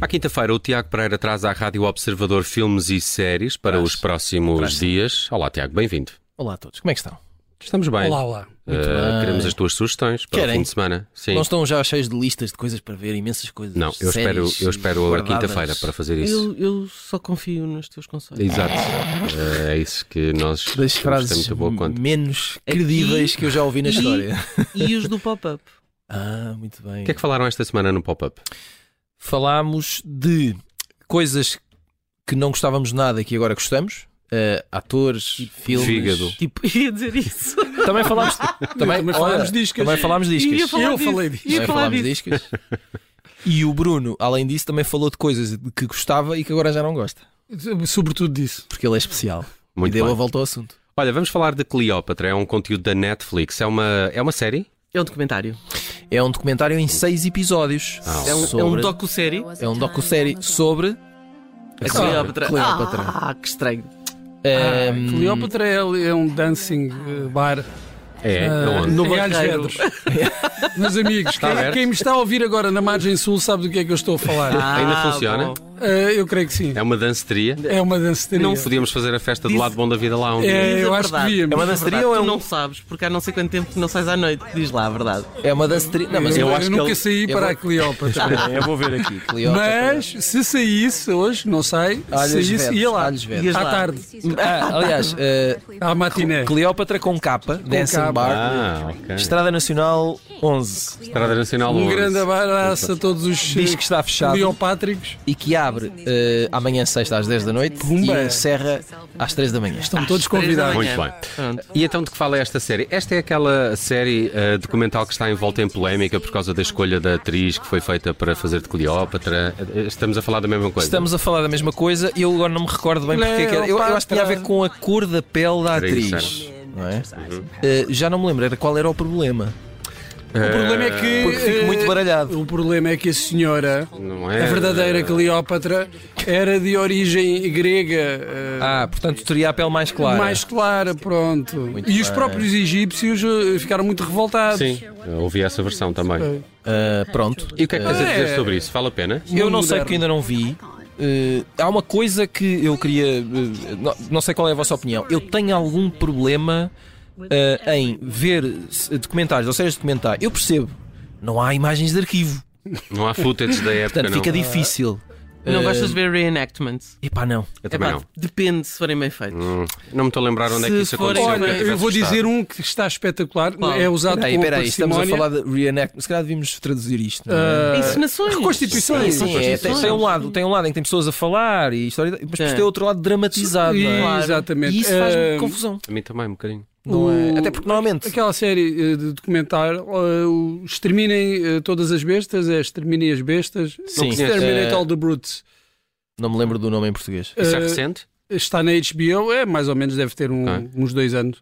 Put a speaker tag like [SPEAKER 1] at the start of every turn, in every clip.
[SPEAKER 1] À quinta-feira, o Tiago Pereira traz à Rádio Observador filmes e séries para
[SPEAKER 2] Traz.
[SPEAKER 1] os próximos
[SPEAKER 2] Traz.
[SPEAKER 1] dias. Olá, Tiago, bem-vindo.
[SPEAKER 2] Olá a todos, como é que estão?
[SPEAKER 1] Estamos bem.
[SPEAKER 3] Olá, olá.
[SPEAKER 1] Eh,
[SPEAKER 2] bem.
[SPEAKER 1] Queremos as tuas sugestões para o
[SPEAKER 2] Querem?
[SPEAKER 1] fim de semana. Sim.
[SPEAKER 2] Não estão já cheios de listas de coisas para ver, imensas coisas?
[SPEAKER 1] Não, eu espero,
[SPEAKER 2] séries
[SPEAKER 1] eu espero a
[SPEAKER 2] guardadas?
[SPEAKER 1] quinta-feira para fazer isso.
[SPEAKER 2] Eu, eu só confio nos teus conselhos.
[SPEAKER 1] Exato. Eh, é isso que nós
[SPEAKER 2] Das
[SPEAKER 1] temos que ter
[SPEAKER 2] frases
[SPEAKER 1] muito boa conta.
[SPEAKER 2] menos credíveis que eu já ouvi na
[SPEAKER 4] e-
[SPEAKER 2] história.
[SPEAKER 4] e os do pop-up.
[SPEAKER 2] Ah, muito bem.
[SPEAKER 1] O que é que falaram esta semana no pop-up?
[SPEAKER 2] Falámos de coisas que não gostávamos nada e que agora gostamos. Ah, atores, filmes.
[SPEAKER 1] Fígado.
[SPEAKER 4] Tipo, ia dizer isso.
[SPEAKER 2] Também falámos, também, olha,
[SPEAKER 3] Também falámos de discas.
[SPEAKER 2] também falámos de
[SPEAKER 4] Ia
[SPEAKER 2] discas.
[SPEAKER 4] falar
[SPEAKER 3] Eu
[SPEAKER 4] disso.
[SPEAKER 3] falei disso.
[SPEAKER 4] Ia
[SPEAKER 2] Também
[SPEAKER 4] falar
[SPEAKER 2] falámos
[SPEAKER 4] disso.
[SPEAKER 2] discos. E o Bruno, além disso, também falou de coisas de que gostava e que agora já não gosta.
[SPEAKER 3] Sobretudo disso.
[SPEAKER 2] Porque ele é especial.
[SPEAKER 1] Muito
[SPEAKER 2] e deu
[SPEAKER 1] bem.
[SPEAKER 2] a volta ao assunto.
[SPEAKER 1] Olha, vamos falar de Cleópatra. É um conteúdo da Netflix. É uma, é uma série?
[SPEAKER 4] É um documentário.
[SPEAKER 2] É um documentário em seis episódios.
[SPEAKER 1] Ah,
[SPEAKER 4] É um, é um
[SPEAKER 2] sobre-
[SPEAKER 4] docu-série.
[SPEAKER 2] É um docu-série sobre. Assim,
[SPEAKER 4] A Cleópatra.
[SPEAKER 2] Cleópatra.
[SPEAKER 4] Ah, que estranho.
[SPEAKER 2] Ehm, Ahm,
[SPEAKER 3] Ah, Cleópatra é, é um dancing eh, bar
[SPEAKER 1] É.
[SPEAKER 3] ah,
[SPEAKER 1] Aonde?
[SPEAKER 3] no Barreiros
[SPEAKER 4] Barreiro.
[SPEAKER 3] Vedros. Meus amigos,
[SPEAKER 1] Está
[SPEAKER 3] quem,
[SPEAKER 1] aberto?
[SPEAKER 3] quem me está a ouvir agora na margem sul sabe do que é que eu estou a falar.
[SPEAKER 1] Ainda
[SPEAKER 4] Ah,
[SPEAKER 1] funciona?
[SPEAKER 4] bom.
[SPEAKER 3] Eh, eu creio que sim.
[SPEAKER 1] É uma danceteria?
[SPEAKER 3] É uma danceteria.
[SPEAKER 1] Não podíamos fazer a festa do
[SPEAKER 4] Diz-
[SPEAKER 1] lado bom da vida lá um onde.
[SPEAKER 4] Diz
[SPEAKER 3] É,
[SPEAKER 4] a
[SPEAKER 3] eu acho que
[SPEAKER 4] verdade.
[SPEAKER 3] devíamos.
[SPEAKER 2] É uma
[SPEAKER 4] Verdade,
[SPEAKER 2] danceteria ou é
[SPEAKER 4] tu
[SPEAKER 2] um.
[SPEAKER 4] não sabes, porque há não sei quanto tempo que não sais à noite. Diz lá a verdade.
[SPEAKER 2] É uma danceteria. Não, mas
[SPEAKER 3] eu,
[SPEAKER 2] eu,
[SPEAKER 3] eu
[SPEAKER 1] acho que
[SPEAKER 3] nunca
[SPEAKER 1] ele-
[SPEAKER 3] saí
[SPEAKER 2] eu
[SPEAKER 3] para
[SPEAKER 2] vou-
[SPEAKER 3] a Cleópatra.
[SPEAKER 2] eu vou ver aqui. Cleópatra.
[SPEAKER 3] Mas se saísse hoje, não sei,
[SPEAKER 2] Alhos
[SPEAKER 3] se saísse,
[SPEAKER 2] verdes,
[SPEAKER 3] ia lá.
[SPEAKER 2] alhos verdes.
[SPEAKER 4] Ias
[SPEAKER 3] À
[SPEAKER 4] lá.
[SPEAKER 3] tarde,
[SPEAKER 2] Ah, aliás, eh,
[SPEAKER 3] à matiné.
[SPEAKER 2] Cleópatra com capa, Dancing
[SPEAKER 3] capa.
[SPEAKER 2] Bar,
[SPEAKER 1] Ah, ok.
[SPEAKER 2] Estrada Nacional 11.
[SPEAKER 1] Estrada Nacional
[SPEAKER 3] Um
[SPEAKER 1] 11.
[SPEAKER 3] grande abraço a todos os eh,
[SPEAKER 2] Diz que está fechado.
[SPEAKER 3] Cleopátricos.
[SPEAKER 2] e que abre eh, amanhã sexta às 10 da noite
[SPEAKER 3] Pumba.
[SPEAKER 2] e encerra às 3 da manhã.
[SPEAKER 3] Estão todos
[SPEAKER 4] Três da
[SPEAKER 3] convidados.
[SPEAKER 1] Muito
[SPEAKER 4] manhã.
[SPEAKER 1] bem.
[SPEAKER 4] Pronto.
[SPEAKER 1] E então de que fala esta série? Esta é aquela série eh, documental que está envolta em polémica por causa da escolha da atriz que foi feita para fazer de Cleópatra. Eh, Estamos a falar da mesma coisa.
[SPEAKER 2] Estamos a falar da mesma coisa, eu agora não me recordo bem porque é que era. Eu, eu acho que tinha a ver com a cor da pele da
[SPEAKER 1] Era Uhum. isso,
[SPEAKER 2] atriz. não é? Eh, já não me lembro era qual era o problema.
[SPEAKER 3] O problema é que.
[SPEAKER 2] Porque fico muito
[SPEAKER 3] eh,
[SPEAKER 2] baralhado.
[SPEAKER 3] O problema é que a senhora,
[SPEAKER 1] Não
[SPEAKER 3] a
[SPEAKER 1] é?
[SPEAKER 3] verdadeira Cleópatra, era de origem grega. eh,
[SPEAKER 2] Ah, portanto teria a pele mais clara.
[SPEAKER 3] Mais clara, pronto.
[SPEAKER 2] Muito é.
[SPEAKER 3] e os
[SPEAKER 2] bem.
[SPEAKER 3] próprios egípcios eh, ficaram muito revoltados.
[SPEAKER 1] Sim, eu ouvi essa versão também.
[SPEAKER 2] Ah, pronto.
[SPEAKER 1] E o que é que tens a
[SPEAKER 3] Ah,
[SPEAKER 1] dizer
[SPEAKER 3] é.
[SPEAKER 1] sobre isso? Vale a pena?
[SPEAKER 2] Eu não
[SPEAKER 3] Mundo
[SPEAKER 2] sei
[SPEAKER 3] moderno.
[SPEAKER 2] porque ainda não vi. Eh, há uma coisa que eu queria. eh, não, não sei qual é a vossa opinião. Eu tenho algum problema eh, em ver eh, documentários ou séries de documentários. Eu percebo. Não há imagens de arquivo.
[SPEAKER 1] Não há footage da época,
[SPEAKER 2] Portanto,
[SPEAKER 1] não.
[SPEAKER 2] fica difícil.
[SPEAKER 4] Não
[SPEAKER 2] Eh,
[SPEAKER 4] gostas de ver reenactments?
[SPEAKER 2] Epá, não.
[SPEAKER 1] Eu também
[SPEAKER 4] Epá,
[SPEAKER 1] não.
[SPEAKER 4] Depende se forem bem feitos.
[SPEAKER 1] Hum, Não me estou a lembrar onde é que
[SPEAKER 4] Se
[SPEAKER 1] isso
[SPEAKER 4] forem-
[SPEAKER 1] aconteceu.
[SPEAKER 3] Olha,
[SPEAKER 1] que
[SPEAKER 3] eu vou
[SPEAKER 1] tivesse gostado.
[SPEAKER 3] dizer um que está espetacular,
[SPEAKER 4] Qual?
[SPEAKER 3] é usado
[SPEAKER 2] Peraí,
[SPEAKER 3] como
[SPEAKER 2] tá peraí, estamos a
[SPEAKER 3] parcimónia.
[SPEAKER 2] falar de reenact. Se calhar devíamos traduzir isto. não é?
[SPEAKER 3] Eh,
[SPEAKER 4] Encenações.
[SPEAKER 2] Sim,
[SPEAKER 3] reconstituições.
[SPEAKER 2] sim, é, tem, tem um lado, tem um lado em que tem pessoas a falar e história, mas depois
[SPEAKER 4] É.
[SPEAKER 2] tem outro lado dramatizado.
[SPEAKER 3] E-
[SPEAKER 2] não é?
[SPEAKER 4] Claro.
[SPEAKER 3] Exatamente.
[SPEAKER 2] E isso faz-me
[SPEAKER 3] Eh,
[SPEAKER 2] confusão.
[SPEAKER 1] A mim também, um bocadinho.
[SPEAKER 2] Não
[SPEAKER 3] o-
[SPEAKER 2] é? Até porque normalmente
[SPEAKER 3] Aquela série eh, de documentário, eh, o Exterminem eh, Todas as Bestas, é Exterminem as Bestas.
[SPEAKER 2] Sim.
[SPEAKER 3] Exterminate
[SPEAKER 2] Eh,
[SPEAKER 3] All the Brutes.
[SPEAKER 2] Não me lembro do nome em português.
[SPEAKER 1] Isso é
[SPEAKER 3] Eh,
[SPEAKER 1] recente?
[SPEAKER 3] Está na HBO, é mais ou menos, deve ter um-
[SPEAKER 1] Ok.
[SPEAKER 3] uns dois anos.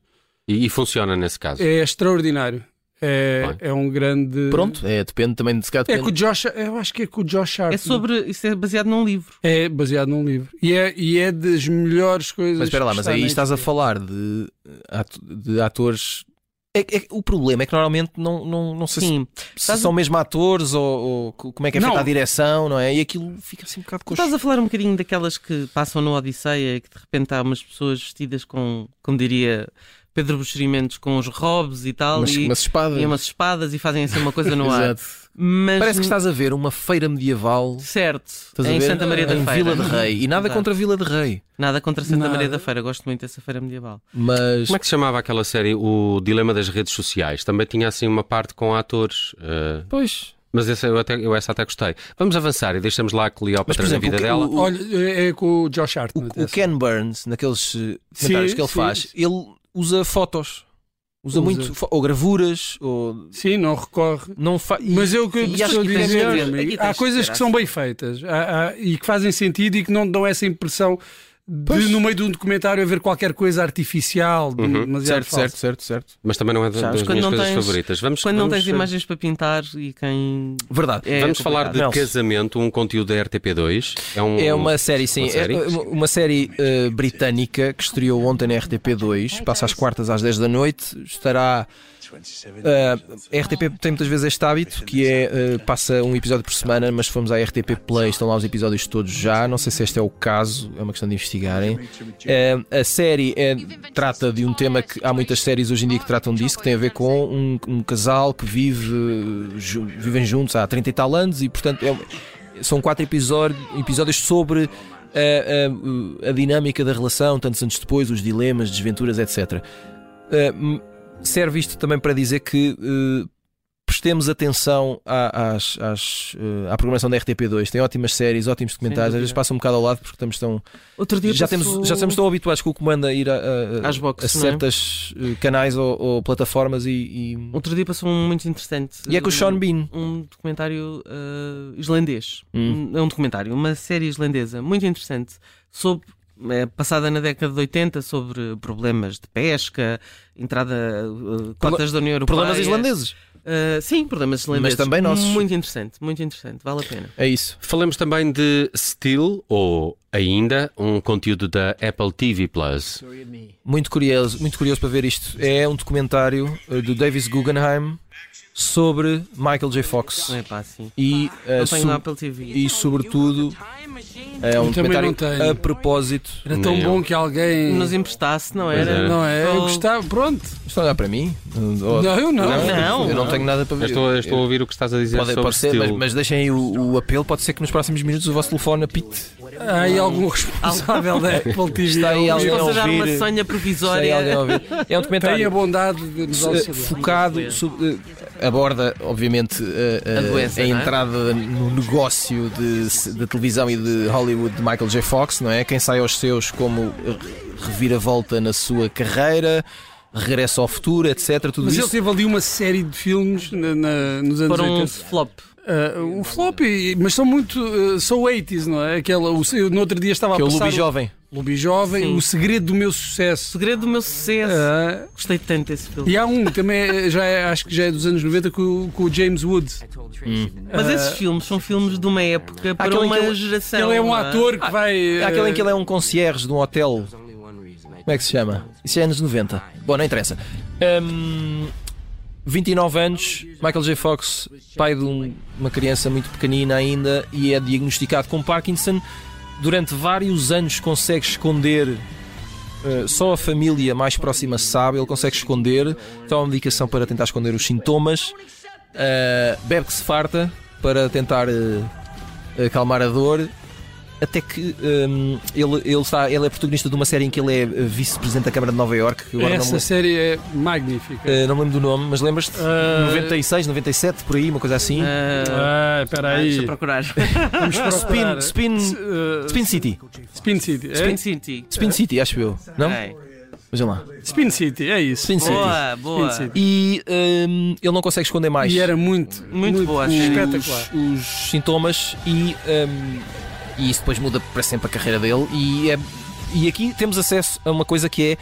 [SPEAKER 1] E, e funciona nesse caso.
[SPEAKER 3] É extraordinário. É, é um grande.
[SPEAKER 2] Pronto, é, depende também de se calhar
[SPEAKER 3] É
[SPEAKER 2] depende-
[SPEAKER 3] com o Josh, eu acho que é com o Josh Hart.
[SPEAKER 4] É sobre. Isso é baseado num livro.
[SPEAKER 3] É baseado num livro. E é, e é das melhores coisas.
[SPEAKER 2] Mas espera lá,
[SPEAKER 3] que
[SPEAKER 2] mas
[SPEAKER 3] está
[SPEAKER 2] aí
[SPEAKER 3] na
[SPEAKER 2] estás a
[SPEAKER 3] HBO.
[SPEAKER 2] falar de, atu- de atores. É, que- é que o problema é que normalmente não, não, não sei se-
[SPEAKER 4] Sim.
[SPEAKER 2] se,
[SPEAKER 4] Estás a-
[SPEAKER 2] são mesmo atores ou, ou co- como é que é feita
[SPEAKER 3] Não.
[SPEAKER 2] a direção, não é? E aquilo fica assim um bocado coxo.
[SPEAKER 4] Estás a falar um bocadinho daquelas que passam no Odisseia e que de repente há umas pessoas vestidas com, como diria Pedro Buxerimentos, com os robes e tal,
[SPEAKER 2] Mas,
[SPEAKER 4] e,
[SPEAKER 2] mas espada.
[SPEAKER 4] e umas espadas e fazem assim uma coisa no ar.
[SPEAKER 2] Exato.
[SPEAKER 4] Mas,
[SPEAKER 2] Parece que estás a ver uma feira medieval
[SPEAKER 4] Certo,
[SPEAKER 2] estás a
[SPEAKER 4] em
[SPEAKER 2] ver,
[SPEAKER 4] Santa Maria da
[SPEAKER 2] em
[SPEAKER 4] Feira.
[SPEAKER 2] Vila de Rei. E nada
[SPEAKER 4] Exato.
[SPEAKER 2] contra Vila de Rei,
[SPEAKER 4] Nada contra Santa
[SPEAKER 3] Nada.
[SPEAKER 4] Maria da Feira, gosto muito dessa feira medieval.
[SPEAKER 2] mas
[SPEAKER 1] Como é que se chamava aquela série? O Dilema das Redes Sociais. Também tinha assim uma parte com atores. eh,
[SPEAKER 2] pois.
[SPEAKER 1] mas essa eu, até, eu essa até gostei. Vamos avançar e deixamos lá a
[SPEAKER 2] Mas, por
[SPEAKER 1] Cleópatra na
[SPEAKER 2] exemplo,
[SPEAKER 1] vida
[SPEAKER 2] o que-
[SPEAKER 1] dela.
[SPEAKER 2] o-
[SPEAKER 3] Olha, é- é com o Josh Hart.
[SPEAKER 2] O,
[SPEAKER 3] não é?
[SPEAKER 2] o Ken Burns, naqueles eh, comentários que ele
[SPEAKER 3] sim,
[SPEAKER 2] faz,
[SPEAKER 3] sim.
[SPEAKER 2] ele usa fotos. Usa,
[SPEAKER 3] Usa.
[SPEAKER 2] muito, fo- ou gravuras, ou.
[SPEAKER 3] Sim, não recorre.
[SPEAKER 2] Não fa...
[SPEAKER 3] Mas eu que
[SPEAKER 2] e acho
[SPEAKER 3] estou a
[SPEAKER 2] que tens de
[SPEAKER 3] dizer,
[SPEAKER 2] ver-
[SPEAKER 3] amigo,
[SPEAKER 4] aqui tens
[SPEAKER 3] há
[SPEAKER 4] de
[SPEAKER 3] coisas
[SPEAKER 4] ter
[SPEAKER 3] que são bem feitas há- há- e que fazem sentido e que não dão essa impressão é de, no meio de um documentário haver qualquer coisa artificial, de demasiado
[SPEAKER 2] Uhum. Certo,
[SPEAKER 3] falsa.
[SPEAKER 2] certo, certo, certo.
[SPEAKER 1] Mas também não é das,
[SPEAKER 2] Sabes,
[SPEAKER 1] das
[SPEAKER 4] quando
[SPEAKER 1] minhas
[SPEAKER 4] não
[SPEAKER 1] coisas
[SPEAKER 4] tens-
[SPEAKER 1] favoritas. Vamos,
[SPEAKER 4] Quando não
[SPEAKER 1] vamos-
[SPEAKER 4] tens imagens para pintar e quem.
[SPEAKER 2] Verdade.
[SPEAKER 4] É
[SPEAKER 1] vamos falar
[SPEAKER 4] complicado.
[SPEAKER 1] de
[SPEAKER 2] Nelson.
[SPEAKER 1] casamento, um conteúdo da RTP2. É, um,
[SPEAKER 2] É uma série, sim.
[SPEAKER 1] Uma série?
[SPEAKER 2] É uma- uma série eh, britânica que estreou ontem na RTP2. Passa às quartas às 10 da noite. Estará. eh, a RTP tem muitas vezes este hábito que é eh, passa um episódio por semana, mas fomos à RTP Play, estão lá os episódios todos já. Não sei se este é o caso, é uma questão de investigarem. Eh, a série é- trata de um tema que há muitas séries hoje em dia que tratam disso, que tem a ver com um, um casal que vive, eh, ju- vivem juntos há 30 e tal anos e, portanto, é um- são quatro episódios, episódios sobre eh, eh, a dinâmica da relação, tantos anos depois, os dilemas, desventuras, etc. Eh, m- serve isto também para dizer que eh, prestemos atenção à, às- às, eh, à programação da RTP2. Tem ótimas séries, ótimos documentários, às
[SPEAKER 4] dúvida.
[SPEAKER 2] vezes passa um bocado ao lado porque estamos tão.
[SPEAKER 4] Outro dia
[SPEAKER 2] Já,
[SPEAKER 4] passou-
[SPEAKER 2] temos, já estamos tão habituados com o comando a ir a, a- a-
[SPEAKER 4] Às boxes,
[SPEAKER 2] a
[SPEAKER 4] não é?
[SPEAKER 2] certas eh, canais ou, ou plataformas e, e-
[SPEAKER 4] Outro dia passou um muito interessante.
[SPEAKER 2] e é com o Sean Bean.
[SPEAKER 4] um documentário eh, islandês.
[SPEAKER 2] Hum.
[SPEAKER 4] Um- É um documentário, uma série islandesa muito interessante, sobre, eh, passada na década de 80, sobre problemas de pesca, entrada, eh, cotas da União Europeia.
[SPEAKER 2] Problemas é islandeses.
[SPEAKER 4] Eh, sim, problemas islandeses.
[SPEAKER 2] Mas também nossos.
[SPEAKER 4] Muito interessante, muito interessante, vale a pena.
[SPEAKER 2] É isso.
[SPEAKER 1] Falamos também de Still, ou ainda, um conteúdo da Apple TV Plus.
[SPEAKER 2] Muito curioso, muito curioso para ver isto. É um documentário eh, do Davis Guggenheim sobre Michael J. Fox
[SPEAKER 4] Não é pá, sim.
[SPEAKER 2] e, eh,
[SPEAKER 4] Eu tenho
[SPEAKER 2] so-
[SPEAKER 4] na Apple TV.
[SPEAKER 2] e sobretudo é um
[SPEAKER 3] Eu também não
[SPEAKER 2] documentário
[SPEAKER 3] tenho.
[SPEAKER 2] a propósito.
[SPEAKER 3] Era tão
[SPEAKER 1] Nem
[SPEAKER 3] bom
[SPEAKER 1] eu.
[SPEAKER 3] que alguém.
[SPEAKER 4] Nos emprestasse, não
[SPEAKER 1] Pois
[SPEAKER 4] era?
[SPEAKER 1] é.
[SPEAKER 3] Não é? Eu
[SPEAKER 4] Ou-
[SPEAKER 3] gostava. Pronto.
[SPEAKER 2] Estão a olhar para mim? Ou-
[SPEAKER 3] Não, eu não.
[SPEAKER 4] Não.
[SPEAKER 2] eu não tenho nada para
[SPEAKER 1] Eu
[SPEAKER 2] ver.
[SPEAKER 1] estou, eu estou a ouvir o que estás a dizer
[SPEAKER 2] Pode,
[SPEAKER 1] sobre
[SPEAKER 2] pode ser,
[SPEAKER 1] Still.
[SPEAKER 2] mas, mas deixem aí o, o apelo. Pode ser que nos próximos minutos o vosso telefone apite.
[SPEAKER 3] Há aí algum responsável da Apple TV.
[SPEAKER 2] Está aí alguém a
[SPEAKER 4] Posso dar uma
[SPEAKER 2] ouvir. Está aí
[SPEAKER 4] sonha
[SPEAKER 2] alguém
[SPEAKER 4] provisória.
[SPEAKER 2] a ouvir. É um
[SPEAKER 3] Tem a
[SPEAKER 2] documentário
[SPEAKER 3] bondade de nos
[SPEAKER 2] eh,
[SPEAKER 3] auxiliar.
[SPEAKER 2] focado, sobre, eh, aborda obviamente eh, eh,
[SPEAKER 4] A doença,
[SPEAKER 2] a
[SPEAKER 4] não é?
[SPEAKER 2] entrada no negócio de, de televisão e de Hollywood de Michael J. Fox, não é? Quem sai aos seus como eh, reviravolta na sua carreira, regresso ao futuro, etc. Tudo
[SPEAKER 3] Mas ele
[SPEAKER 2] isso.
[SPEAKER 3] teve ali uma série de filmes na- na- nos anos
[SPEAKER 4] Para um
[SPEAKER 3] 80.
[SPEAKER 4] flop.
[SPEAKER 3] Ah, um flop, e- mas são muito. ah, são 80s, não é? Aquela, o, eu no outro dia estava
[SPEAKER 2] Que é
[SPEAKER 3] a
[SPEAKER 2] o
[SPEAKER 3] passar.
[SPEAKER 2] Lubi Jovem.
[SPEAKER 3] Lubi Jovem,
[SPEAKER 4] Sim.
[SPEAKER 3] O Segredo do Meu Sucesso.
[SPEAKER 4] Segredo do meu sucesso.
[SPEAKER 2] Eh,
[SPEAKER 3] Ah,
[SPEAKER 4] Gostei tanto desse filme.
[SPEAKER 3] e há um também, eh, já é- acho que já é dos anos 90, com, o- com o James Woods.
[SPEAKER 4] Mas esses filmes são filmes de uma época para
[SPEAKER 2] Eh, aquele em
[SPEAKER 4] uma
[SPEAKER 2] que ele-
[SPEAKER 4] geração.
[SPEAKER 3] Ele é um
[SPEAKER 4] não é?
[SPEAKER 3] ator que vai.
[SPEAKER 2] ah, Há aquele em que
[SPEAKER 3] eh,
[SPEAKER 2] ele é um concierge de um hotel. Como é que se chama? Isso é anos 90. Bom, não interessa. Hum, 29 anos, Michael J. Fox, pai de um- uma criança muito pequenina ainda e é diagnosticado com Parkinson. Durante vários anos consegue esconder, eh, só a família mais próxima sabe, ele consegue esconder, toma medicação para tentar esconder os sintomas, eh, bebe que se farta para tentar eh, acalmar a dor até que hum, ele, ele, está, ele é protagonista de uma série em que ele é eh, vice-presidente da Câmara de Nova Iorque. que Agora não, me,
[SPEAKER 3] Essa série é magnífica.
[SPEAKER 2] um. eh, não me lembro do nome, mas lembras-te?
[SPEAKER 3] Ah,
[SPEAKER 2] 96, 97, por aí, uma coisa assim.
[SPEAKER 4] Ah,
[SPEAKER 3] Ah, espera
[SPEAKER 4] deixa
[SPEAKER 3] aí.
[SPEAKER 4] eu procurar.
[SPEAKER 2] É?
[SPEAKER 3] Vamos
[SPEAKER 2] Spin,
[SPEAKER 3] procurar.
[SPEAKER 2] spin,
[SPEAKER 3] Eh,
[SPEAKER 2] spin City.
[SPEAKER 3] Spin City.
[SPEAKER 4] Spin
[SPEAKER 3] É?
[SPEAKER 4] City.
[SPEAKER 2] Spin City, acho eu. Não?
[SPEAKER 4] Ok.
[SPEAKER 2] Vejam lá.
[SPEAKER 3] Spin City, é isso.
[SPEAKER 2] Spin City.
[SPEAKER 4] Boa, boa.
[SPEAKER 3] Spin City.
[SPEAKER 2] E hum, ele não consegue esconder mais
[SPEAKER 3] E era muito,
[SPEAKER 4] Muito boa a
[SPEAKER 3] cool.
[SPEAKER 4] série.
[SPEAKER 3] espetacular.
[SPEAKER 2] os sintomas e, hum, e isso depois muda para sempre a carreira dele. E, é- e aqui temos acesso a uma coisa que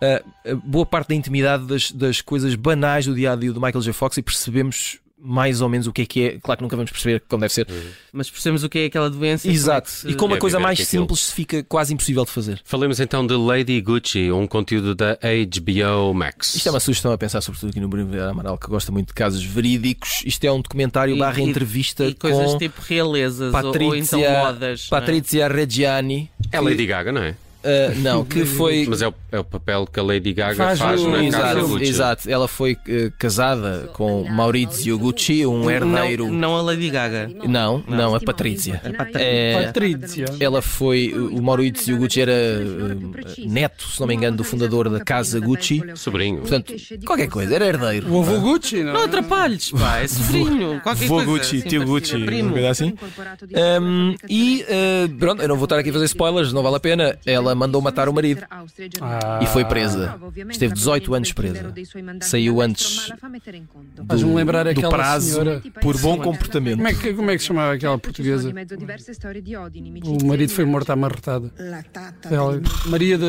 [SPEAKER 2] é ah, a boa parte da intimidade das, das coisas banais do dia a dia do Michael J. Fox e percebemos mais ou menos o que é que é. Claro que nunca vamos perceber como deve ser.
[SPEAKER 4] Mas percebemos o que é aquela doença.
[SPEAKER 2] Exato.
[SPEAKER 4] como é que se-
[SPEAKER 2] E como a
[SPEAKER 1] É
[SPEAKER 2] coisa
[SPEAKER 1] viver
[SPEAKER 2] mais
[SPEAKER 1] com aquilo.
[SPEAKER 2] simples fica quase impossível de fazer.
[SPEAKER 1] Falemos então de Lady Gucci, um conteúdo da HBO Max.
[SPEAKER 2] Isto é uma sugestão a pensar, sobretudo aqui no Bruno Vieira Amaral, que gosta muito de casos verídicos. Isto é um documentário
[SPEAKER 4] E-
[SPEAKER 2] barra
[SPEAKER 4] e-
[SPEAKER 2] entrevista
[SPEAKER 4] E coisas
[SPEAKER 2] é com
[SPEAKER 4] tipo realezas ou, ou então
[SPEAKER 2] Patrícia,
[SPEAKER 4] modas. não é?
[SPEAKER 2] Patrícia Reggiani.
[SPEAKER 1] É Lady Gaga, não é?
[SPEAKER 2] Uh, não, que foi.
[SPEAKER 1] Mas é o, é o papel que a Lady Gaga
[SPEAKER 3] Faz
[SPEAKER 1] faz,
[SPEAKER 3] o-
[SPEAKER 2] é
[SPEAKER 1] na casa
[SPEAKER 2] Exato,
[SPEAKER 1] Gucci.
[SPEAKER 2] exato. Ela foi eh, casada com Maurizio Gucci, um herdeiro.
[SPEAKER 4] Não, não a Lady Gaga.
[SPEAKER 2] Não, não, a Patrícia. É,
[SPEAKER 3] É Patrícia.
[SPEAKER 2] ela foi. O Maurizio Gucci era eh, neto, se não me engano, do fundador da casa Gucci.
[SPEAKER 1] Sobrinho.
[SPEAKER 2] Portanto, qualquer coisa, era herdeiro.
[SPEAKER 3] O avô Gucci, não?
[SPEAKER 4] Não atrapalhes, pá, é sobrinho. Qualquer
[SPEAKER 2] Vô
[SPEAKER 4] coisa.
[SPEAKER 2] Gucci,
[SPEAKER 4] Sim,
[SPEAKER 2] tio
[SPEAKER 4] partilha,
[SPEAKER 2] Gucci,
[SPEAKER 4] Primo.
[SPEAKER 2] Hum, uma coisa assim. Um, e eh, pronto, eu não vou estar aqui a fazer spoilers, não vale a pena. eh, Ela ela mandou matar o marido.
[SPEAKER 3] Ah.
[SPEAKER 2] E foi presa. Esteve 18 anos presa. Saiu antes
[SPEAKER 3] Faz-me
[SPEAKER 2] do-
[SPEAKER 3] lembrar
[SPEAKER 2] do
[SPEAKER 3] aquela
[SPEAKER 2] prazo.
[SPEAKER 3] senhora.
[SPEAKER 2] um por bom comportamento.
[SPEAKER 3] Como é, que, como é que se chamava aquela portuguesa? O marido foi morto à marretada. Ela- Maria da.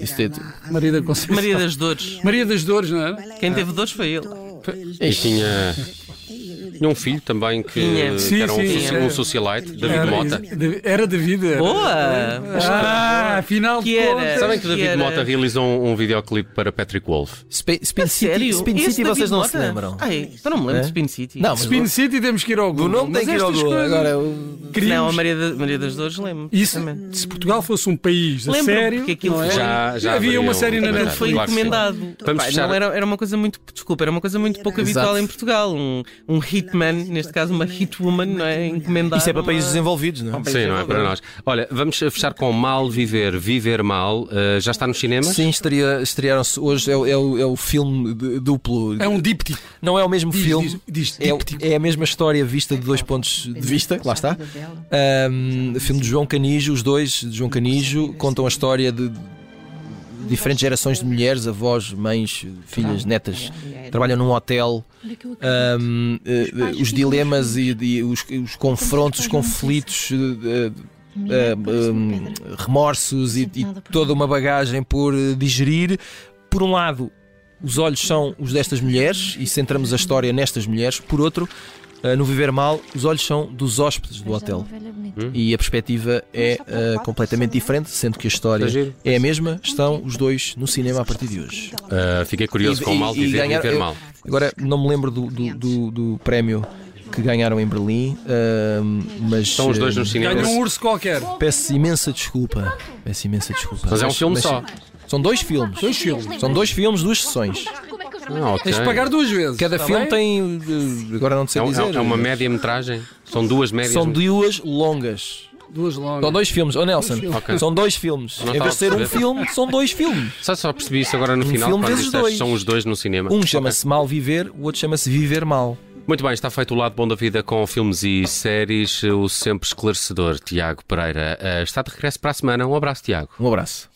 [SPEAKER 2] Isto é-
[SPEAKER 3] Maria da Conceição.
[SPEAKER 4] Maria das Dores.
[SPEAKER 3] Maria das Dores, não é?
[SPEAKER 4] Quem teve dores foi ele.
[SPEAKER 1] E tinha, tinha um filho também que,
[SPEAKER 4] Tinha.
[SPEAKER 1] que
[SPEAKER 3] Sim,
[SPEAKER 1] era um,
[SPEAKER 3] sim,
[SPEAKER 1] soci-
[SPEAKER 3] sim.
[SPEAKER 1] um socialite, David
[SPEAKER 3] Era,
[SPEAKER 1] Mota.
[SPEAKER 3] de- era de vida.
[SPEAKER 4] Boa!
[SPEAKER 3] Ah, afinal
[SPEAKER 4] Que
[SPEAKER 3] de
[SPEAKER 4] Oh, era?
[SPEAKER 3] contas.
[SPEAKER 1] Sabem que David
[SPEAKER 4] era-
[SPEAKER 1] Mota realizou um, um videoclipe para Patrick Wolf.
[SPEAKER 2] Spe- Spin City,
[SPEAKER 4] Sério?
[SPEAKER 2] Spin
[SPEAKER 4] Esse
[SPEAKER 2] City
[SPEAKER 4] David
[SPEAKER 2] vocês não se
[SPEAKER 4] Mota?
[SPEAKER 2] lembram.
[SPEAKER 4] Ai, então não me lembro
[SPEAKER 2] É?
[SPEAKER 4] de Spin City.
[SPEAKER 2] Não, mas
[SPEAKER 3] Spin City temos que ir ao Google.
[SPEAKER 2] o nome tem
[SPEAKER 3] mas
[SPEAKER 2] que ir ao
[SPEAKER 3] estas
[SPEAKER 2] Google.
[SPEAKER 3] coisas-
[SPEAKER 2] Agora, o-
[SPEAKER 3] crimes-
[SPEAKER 4] Não, a Maria, da- Maria das Dores lembro.
[SPEAKER 3] Isso,
[SPEAKER 4] também.
[SPEAKER 3] se Portugal fosse um país a
[SPEAKER 4] Lembro-me,
[SPEAKER 3] sério,
[SPEAKER 4] porque aquilo
[SPEAKER 3] não é?
[SPEAKER 4] foi-
[SPEAKER 1] Já, já
[SPEAKER 3] havia uma
[SPEAKER 1] havia
[SPEAKER 3] série
[SPEAKER 1] um-
[SPEAKER 3] na
[SPEAKER 1] Aquilo
[SPEAKER 3] net.
[SPEAKER 4] Foi
[SPEAKER 1] Claro que sim.
[SPEAKER 4] encomendado.
[SPEAKER 1] Vamos
[SPEAKER 4] Pá,
[SPEAKER 1] fechar-
[SPEAKER 4] não era, era uma coisa muito, desculpa, era uma coisa muito pouco
[SPEAKER 2] Exato.
[SPEAKER 4] habitual em Portugal. Um, um hitman, neste caso uma hitwoman, não é? Encomendada.
[SPEAKER 2] Isto é para
[SPEAKER 4] uma-
[SPEAKER 2] países desenvolvidos, não é?
[SPEAKER 1] Sim, não é para nós. Olha, vamos fechar com Mal Viver, Viver Mal. Eh, já está nos cinemas?
[SPEAKER 2] Sim, estaria- estrearam-se hoje. É, o- é o, é o filme de- duplo.
[SPEAKER 3] É um díptico.
[SPEAKER 2] Não é o mesmo
[SPEAKER 3] Diz-
[SPEAKER 2] filme.
[SPEAKER 3] diz- diz
[SPEAKER 2] é, o-
[SPEAKER 3] díptico.
[SPEAKER 2] é a mesma história vista de dois pontos de vista, lá está. Ahm, filme de João Canijo, os dois de João Canijo contam a história de diferentes gerações de mulheres, avós, mães, filhas, netas. Trabalham num hotel. ahm, eh, eh, É, os dilemas e, e os, os confrontos, os conflitos, eh, eh, ahm, remorsos e, e toda uma bagagem por eh, digerir. Por um lado, os olhos são os destas mulheres e centramos a história nestas mulheres. Por outro, eh, no Viver Mal, os olhos são dos hóspedes do hotel. E a perspectiva é eh, completamente diferente, sendo que a história
[SPEAKER 1] Está giro.
[SPEAKER 2] é a mesma. Estão os dois no cinema a partir de hoje.
[SPEAKER 1] Eh, fiquei curioso
[SPEAKER 2] E-
[SPEAKER 1] com
[SPEAKER 2] e-
[SPEAKER 1] Mal
[SPEAKER 2] e
[SPEAKER 1] Viver,
[SPEAKER 2] ganhar-
[SPEAKER 1] Viver
[SPEAKER 2] eu-
[SPEAKER 1] Mal.
[SPEAKER 2] Agora, não me lembro do, do, do- do prémio que ganharam em Berlim, eh, mas.
[SPEAKER 1] Estão os dois
[SPEAKER 2] eh,
[SPEAKER 1] nos
[SPEAKER 3] Ganha
[SPEAKER 1] cinemas.
[SPEAKER 3] um urso qualquer.
[SPEAKER 2] Peço imensa desculpa. Peço imensa desculpa.
[SPEAKER 1] Mas é um filme
[SPEAKER 2] Mas-
[SPEAKER 1] só.
[SPEAKER 2] São dois filmes.
[SPEAKER 3] Dois filmes.
[SPEAKER 2] São dois filmes, duas sessões.
[SPEAKER 1] Ah, ok.
[SPEAKER 3] Tens de pagar duas vezes.
[SPEAKER 2] Cada
[SPEAKER 3] tá
[SPEAKER 2] filme
[SPEAKER 3] bem?
[SPEAKER 2] tem. eh, Agora não sei
[SPEAKER 1] É, um-
[SPEAKER 2] dizer.
[SPEAKER 1] é uma um- média-metragem? São duas médias?
[SPEAKER 2] São duas longas.
[SPEAKER 3] duas longas.
[SPEAKER 2] São dois filmes. Oh, Nelson,
[SPEAKER 1] Ok.
[SPEAKER 2] são dois filmes.
[SPEAKER 1] Não
[SPEAKER 2] em
[SPEAKER 1] estava
[SPEAKER 2] vez de ser
[SPEAKER 1] a
[SPEAKER 2] um
[SPEAKER 1] perceber.
[SPEAKER 2] filme, são dois filmes.
[SPEAKER 1] Só, só percebi isso agora no
[SPEAKER 2] Um
[SPEAKER 1] final,
[SPEAKER 2] filme
[SPEAKER 1] quando
[SPEAKER 2] vezes
[SPEAKER 1] disseste
[SPEAKER 2] dois.
[SPEAKER 1] são os dois no cinema.
[SPEAKER 2] Um
[SPEAKER 1] Ok.
[SPEAKER 2] chama-se Mal Viver, o outro chama-se Viver Mal.
[SPEAKER 1] Muito bem, está feito o lado bom da vida com filmes e séries, o sempre esclarecedor Tiago Pereira. eh, Está de regresso para a semana. Um abraço, Tiago.
[SPEAKER 2] Um abraço.